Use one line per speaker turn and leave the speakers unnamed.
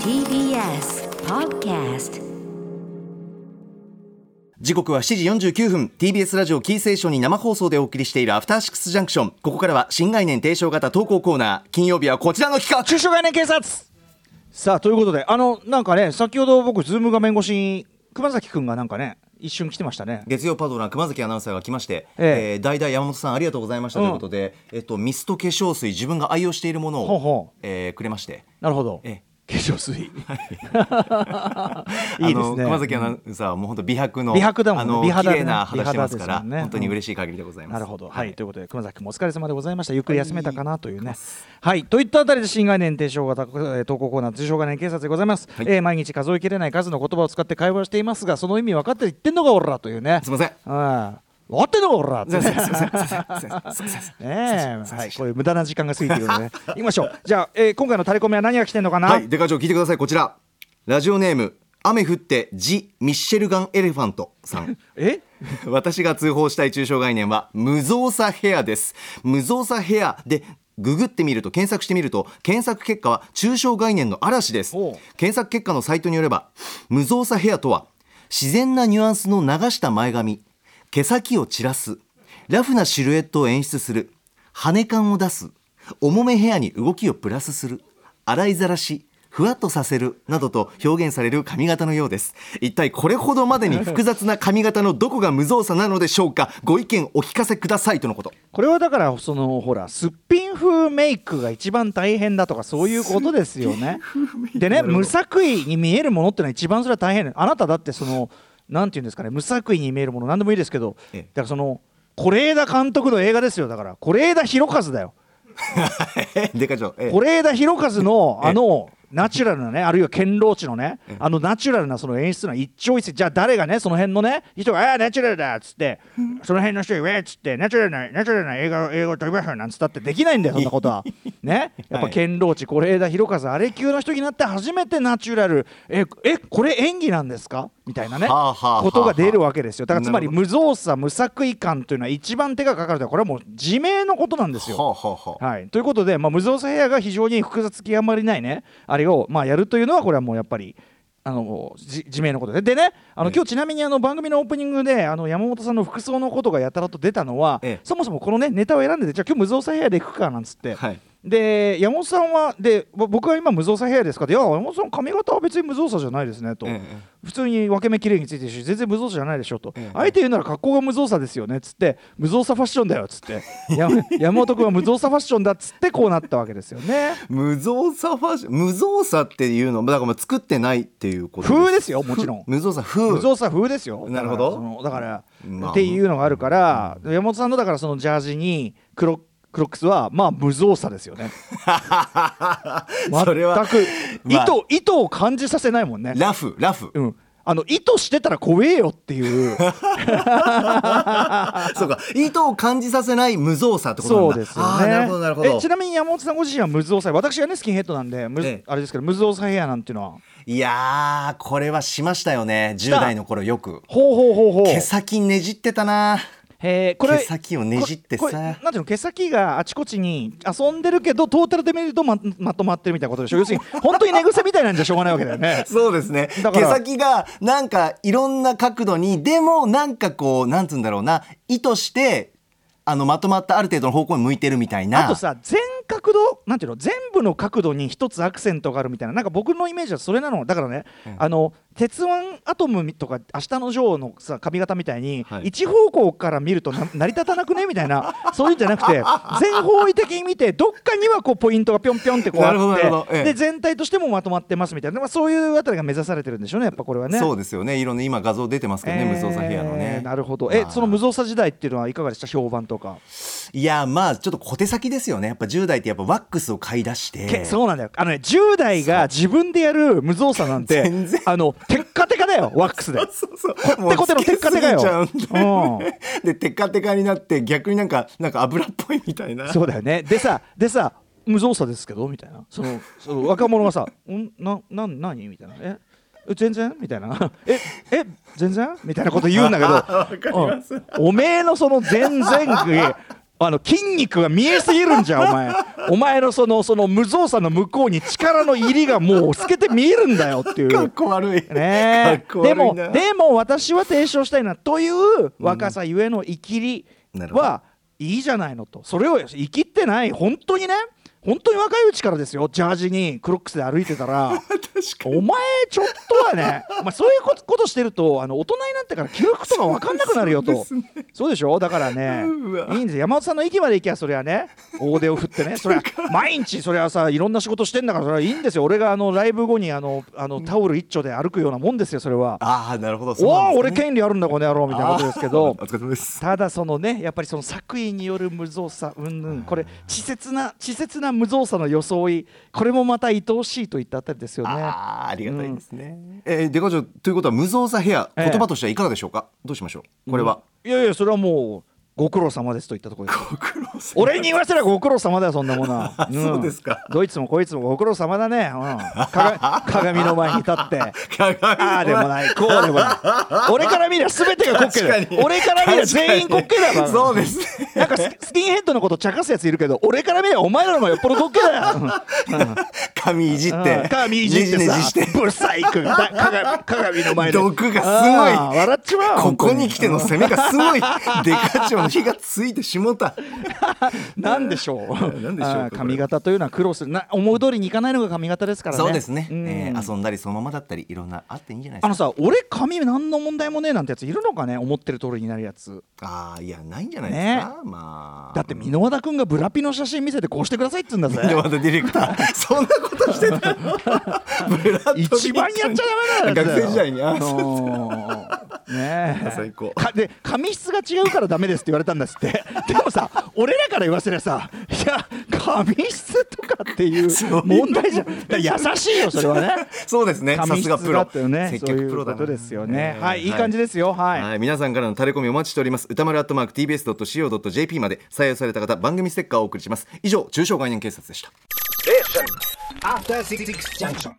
TBS Podcast
時刻は7時49分 TBS ラジオキーセーションに生放送でお送りしているアフターシックスジャンクションここからは新概念提唱型投稿コーナー金曜日はこちらの企画
中小概念警察さあということであのなんかね先ほど僕ズーム画面越しに熊崎くんがなんかね一瞬来てましたね
月曜パートナー熊崎アナウンサーが来まして、
ええ
えー、代々山本さんありがとうございましたということで、えっと、ミスト化粧水自分が愛用しているものを
ほうほ
えーくれまして
なるほど
え
化粧水 いいです
あの
ね
熊崎アナウンサーはもう本当美白の
美白だもん
あ
ね
の
美肌
綺
でね
麗な肌してますから
美肌ですもんね
本当に嬉しい限りでございます、
なるほど、はい
はい
ということで熊崎君お疲れ様でございましたゆっくり休めたかなというねはい、といったあたりで新概念提唱型えー投稿コーナー中小概念警察でございます、
はい
えー毎日数えきれない数の言葉を使って会話をしていますがその意味分かって言ってんのかおらというね
すいません
うん分かってんのかおらって
すいませんすいませんすいませんすいませんすいません
ねえ、
すいません
はい、こういう無駄な時間が過ぎているので、 ね、行きましょう。じゃあ、えー今回のタレコミは何が来てんのかな。
はい、デカ長聞いてください、こちら。ラジオネーム、雨降って、ジ・ミッシェルガン・エレファントさん。
え、
私が通報したい抽象概念は、無造作ヘアです。無造作ヘアで、ググってみると検索してみると検索結果は抽象概念の嵐です
おう
検索結果のサイトによれば無造作ヘアとは自然なニュアンスの流した前髪毛先を散らすラフなシルエットを演出する羽感を出す重めヘアに動きをプラスする洗いざらしふわっとさせるなどと表現される髪型のようです一体これほどまで に複雑な髪型のどこが無造作なのでしょうかご意見お聞かせくださいとのこと
これはだから、そのほら、すっぴん風メイクが一番大変だとか、そういうことですよね。でね、無作為に見えるものってのは一番それは大変なの。あなただって、その、なんていうんですかね、無作為に見えるもの、なんでもいいですけど。
ええ
だから、その、是枝監督の映画ですよ。だから、是枝裕和だよ。
でかちょええ
是枝裕和の
え
あのナチュラルなねあるいは堅牢地のねあのナチュラルなその演出の一朝一夕じゃあ誰がねその辺のね人が「ああナチュラルだ」っつってその辺の人が「ウェっつってナチュラルなナチュラルな映画を英語を撮りましょうなんつったってでき ないんだよそんなことはねやっぱ
はい
堅牢地是枝裕和あれ級の人になって初めてナチュラルええこれ演技なんですかみたいなね
はあはあはあはあ
ことが出るわけですよだからつまり
な
無造作無作為感というのは一番手がかかるというのはこれはもう自明のことなんですよ
はあはあはあ
はい、ということで、まあ、無造作ヘアが非常に複雑極まりないねあれを、まあ、やるというのはこれはもうやっぱり。あのじ自明のことででねあの
ええ
今日ちなみにあの番組のオープニングであの山本さんの服装のことがやたらと出たのは、
ええ
そもそもこの、ね、ネタを選んでてじゃあ今日無造作ヘアでいくかなんつって、
はい
で山本さんはでぼ僕は今無造作ヘアですかっていや山本さん髪型は別に無造作じゃないですねと、
ええ
普通に分け目綺麗についてるし全然無造作じゃないでしょと、
ええ
あえて言うなら格好が無造作ですよねっつって無造作ファッションだよっつって山 山本君は無造作ファッションだっつってこうなったわけですよね
無造作ファッション無造作っていうのだからもう作ってないっていうこと
風
で
ですすよもちろん
無造作風
無造作風ですよ
なるほど
だからそのだから、
まあ
っていうのがあるから山本さんのだからそのジャージに黒クロックスはまあ無造作ですよね全
それは
く意図,、
まあ
意図を感じさせないもんね
ラフラフ
うんあの意図してたら怖えよっていう
そうか意図を感じさせない無造作ってこと
そ
な
うん
だ
ですよ
あー
ね。
なるほどなるほど
えちなみに山本さんご自身は無造作私はねスキンヘッドなんで、むず
ええ
あれですけど無造作ヘアなんていうのはい
やーこれはしましたよね10
た
代の頃よく
ほうほうほうほう。
毛先ねじってたな
へえこれ
毛先をねじってさ
これこれなんていうの毛先があちこちに遊んでるけどトータルで見るとままとまってるみたいなことでしょ要するに本当に寝癖みたいなんじゃしょうがないわけだよね
そうですね
だか
毛
ら
先がなんかいろんな角度にでもなんかこうなんつうんだろうな意図してあのまとまったある程度の方向に向いてるみたいな
あとさ全角度なんていうの全部の角度に一つアクセントがあるみたいななんか僕のイメージはそれなのだからね、あの鉄腕アトムとか明日のジョーのさ髪型みたいに、
はい
一方向から見るとな成り立たなくねみたいなそういうんじゃなくて全方位的に見てどっかにはこうポイントがぴょんぴょんってこう
なるほど
あ
なるほど
っ
え
て
え
で全体としてもまとまってますみたいな、まあ、そういうあたりが目指されてるんでしょうねやっぱこれはね。
そうですよねいろんな今画像出てますけどね、無造作ヘアの
え
ね
ーなるほどえ
まあ
その無造作時代っていうのはいかがでした評判とか、
いやまあちょっと小手先ですよねやっぱ10代ってやっぱワックスを買い出して
けそうなんだよあのね10代が自分でやる無造作なんて
全然
あのテッカテカだよワックスで
そうそう
テコテのテッカテカよ
もうつけすぎちゃうんだよ
う
ねでテッカテカになって逆になんかなんか油っぽいみたいな
そうだよねでさでさ無造作ですけどみたいなそのその若者がさ「んなな何?」みたいな「ええ全然?」みたいな「ええ 全然?」みたいなこと言うんだけどおおめえのその「全然」あの筋肉が見えすぎるんじゃんお前お前のそのその無造作の向こうに力の入りがもう透けて見えるんだよっていう
かっこ悪い。
ね
かっこ
え
悪
で
いな
もでも私は提唱したいなという若さゆえの生きり
なるほど
はいいじゃないのとそれを生きってない本当にね本当に若いうちからですよジャージにクロックスで歩いて たらお前ちょっとはねお前そういうことことしてるとあの大人になってから記憶とか分かんなくなるよとそうで,、しょだからね
うわ
いいんですよ山本さんの域まで行きゃそれはね大手を振って ねそれは毎日それはさいろんな仕事してんだからそれはいいんですよ俺があのライブ後にあのあのタオル一丁で歩くようなもんですよそれは。
ああ、なるほど。
おおー俺
け
権利あるんだこの野郎みたいなことですけど
お疲れ様です。
ただそのねやっぱりその作為による無造作うんうんこれ稚拙な稚拙な無造作の装いこれもまた愛おしいといったあたりですよね。
ああ、ありがたいですね。えー、デカ長ということは無造作ヘア、
ええ
言葉としてはいかがでしょうか。どうしましょう。これ は。
いやいやそれはもうご苦労様ですといったところです。
ご苦労さん、
俺に言わせればご苦労様だよそんなものは
そうですか
どいつもこいつもご苦労様だね、うん、かが鏡の前に 立って
鏡の前
ああでもないこうでもない俺から見りゃ全てが滑稽だよ
確かに
俺から見りゃ全員滑稽だわ
そうですね。
なんかススキンヘッドのこと茶化すやついるけど俺から見りゃお前らの方がよっぽど滑稽だよ
髪いじ っ
う
て
ん。鏡いじってさ
ねじねじして。
ブサイクだ鏡鏡の前で
毒がすごい
あー笑っちまうわ
ここ
本当
に来ての攻めがすごい。デカ長の火がついてしもた。
なんでしょう。
なんでしょう
あー髪型というのは苦労する。な思う通りにいかないのが髪型ですからね。
そうですね。
ん
えー遊んだりそのままだったりいろんなあっていいんじゃない
あ
で
の
すか。
さ、俺髪何の問題もねえなんてやついるのかね。思ってる通りになるやつ。
ああーいやないんじゃないですか。まあ。
だって箕輪田君がブラピの写真見せてこうしてくださいって言うんだ
で
ぜ。
またディレクタ ーそんなことしてたのブラッドピット
一番やっちゃダメだよ。
学生時代にあーそう
うんねえ
最高
か で髪質が違うからダメですって言われたんですって でもさ俺らから言わせりゃさいや髪質とかっていう問題じゃんだから優しいよそれはね
そうですねさ
紙質
すがプロ
だったよね
接客プロだな
そういうことですよね
えー
はいいい感じですよはい
はい皆さんからのタレコミお待ちしております歌丸アットマーク TBS.CO.JP まで採用された方番組ステッカーをお送りします以上中小概念警察でした
After Six Junction.